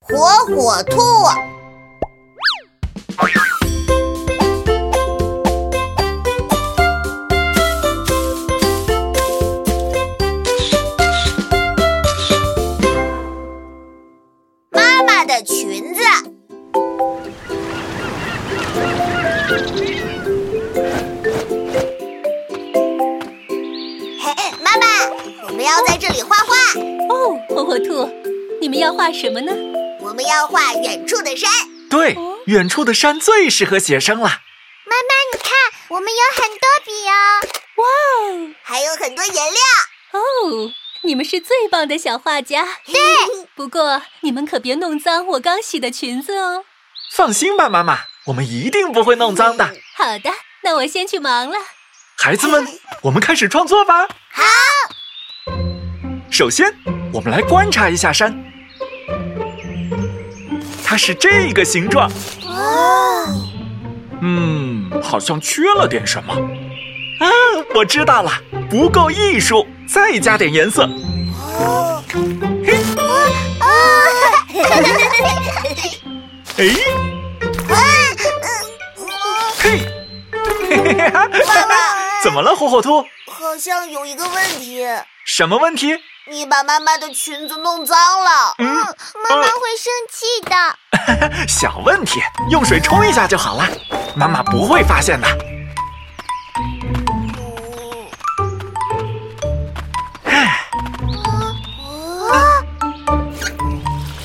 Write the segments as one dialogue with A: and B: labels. A: 火火兔。妈妈的裙子，嘿妈妈，我们要在这里画画。
B: 哦，火火兔，你们要画什么呢？
A: 我们要画远处的山。
C: 对
B: 哦，
C: 远处的山最适合写生了。
A: 妈妈，你看，我们有很多笔哦，
B: 哇
A: 还有很多颜料。
B: 哦，哦，你们是最棒的小画家。
A: 对，
B: 不过你们可别弄脏我刚洗的裙子哦。
C: 放心吧，妈妈，我们一定不会弄脏的。
B: 好的，那我先去忙了。
C: 孩子们，我们开始创作吧。
A: 好。
C: 首先，我们来观察一下山，它是这个形状。
A: 哦，
C: 嗯，好像缺了点什么。啊，我知道了，不够艺术，再加点颜色。
A: 哦，
C: 嘿，哎，嘿，嘿嘿嘿哈，
A: 爸爸，
C: 怎么了，火火兔？
A: 好像有一个问题，
C: 什么问题？
A: 你把妈妈的裙子弄脏了。
C: 嗯
A: 妈
C: 妈
A: 会生气的。
C: 小问题，用水冲一下就好了，妈妈不会发现的。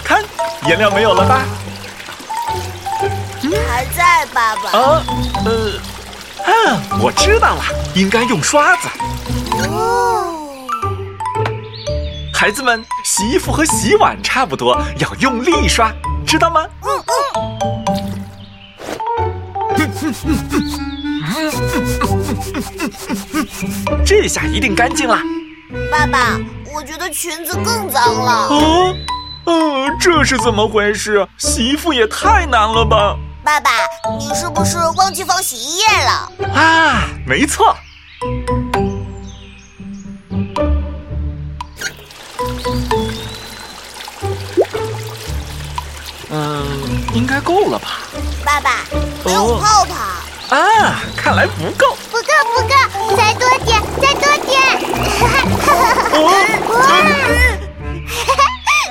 C: 看，颜料没有了吧？
A: 还在，爸爸。
C: 啊，呃，啊，我知道了，应该用刷子。
A: 哦，
C: 孩子们，洗衣服和洗碗差不多，要用力刷，知道吗？
A: 嗯嗯，
C: 这下一定干净了。啊
A: 爸爸，我觉得裙子更脏了。
C: 哦，呃，这是怎么回事？洗衣服也太难了吧？
A: 爸爸，你是不是忘记放洗衣液了？
C: 啊，没错。嗯，应该够了吧？
A: 爸爸，没有
C: 哦
A: 泡泡。
C: 啊，看来不够。
A: 不够不够，再多点，再多点。
C: 哦，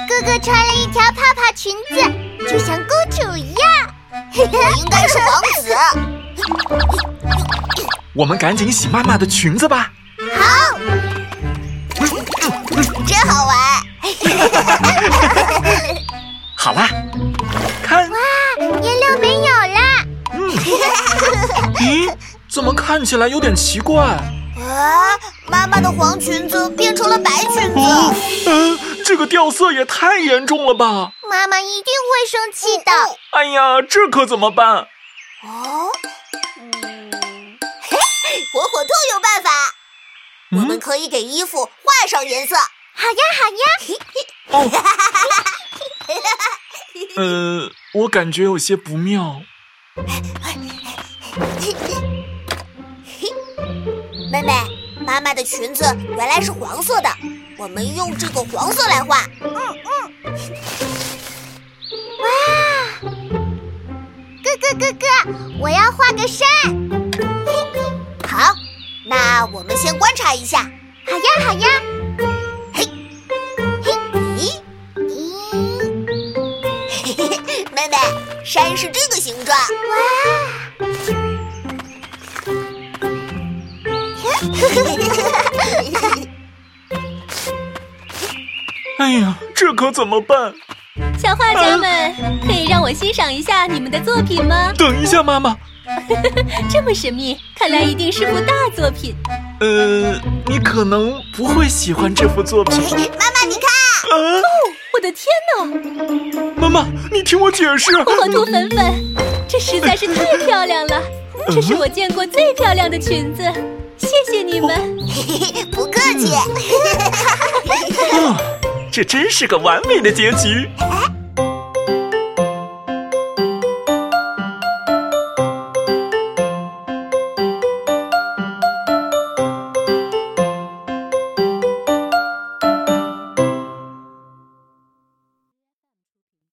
A: 哥哥穿了一条泡泡裙子，就像公主一样。 我应该是王子。
C: 我们赶紧洗妈妈的裙子吧。嗯
A: 好，真好玩。
C: 好啦，看，
A: 颜料没有啦。
C: 嗯，咦，怎么看起来有点奇怪？
A: 啊，妈妈的黄裙子变成了白裙
C: 哦
A: 子，，
C: 呃，这个掉色也太严重了吧！
A: 妈妈一定会生气的。
C: 哎呀，这可怎么办？
A: 哦，嗯， 嘿，火火兔有办法，我
C: 嗯
A: 们可以给衣服画上颜色。好呀，好
C: 哦，
A: 呀。
C: 呃，我感觉有些不妙。
A: 妹妹，妈妈的裙子原来是黄色的，我们用这个黄色来画。嗯嗯。哇！哥哥哥哥，我要画个山。好，那我们先观察一下。好呀好呀。嘿，嘿，咦， 咦，嘿嘿嘿，妹妹，山是这个形状。
C: 哎呀，这可怎么办？
B: 小画家们，可以让我欣赏一下你们的作品吗？
C: 等一下，妈妈。
B: 这么神秘，看来一定是幅大作品。
C: 呃，你可能不会喜欢这幅作品。
A: 妈妈，你看。
C: 啊，
B: 我的天哪，
C: 妈妈，你听我解释。
B: 火火兔粉粉，这实在是太漂亮了，这是我见过最漂亮的裙子。谢谢你们，
A: 不客气。
C: 啊，这真是个完美的结局。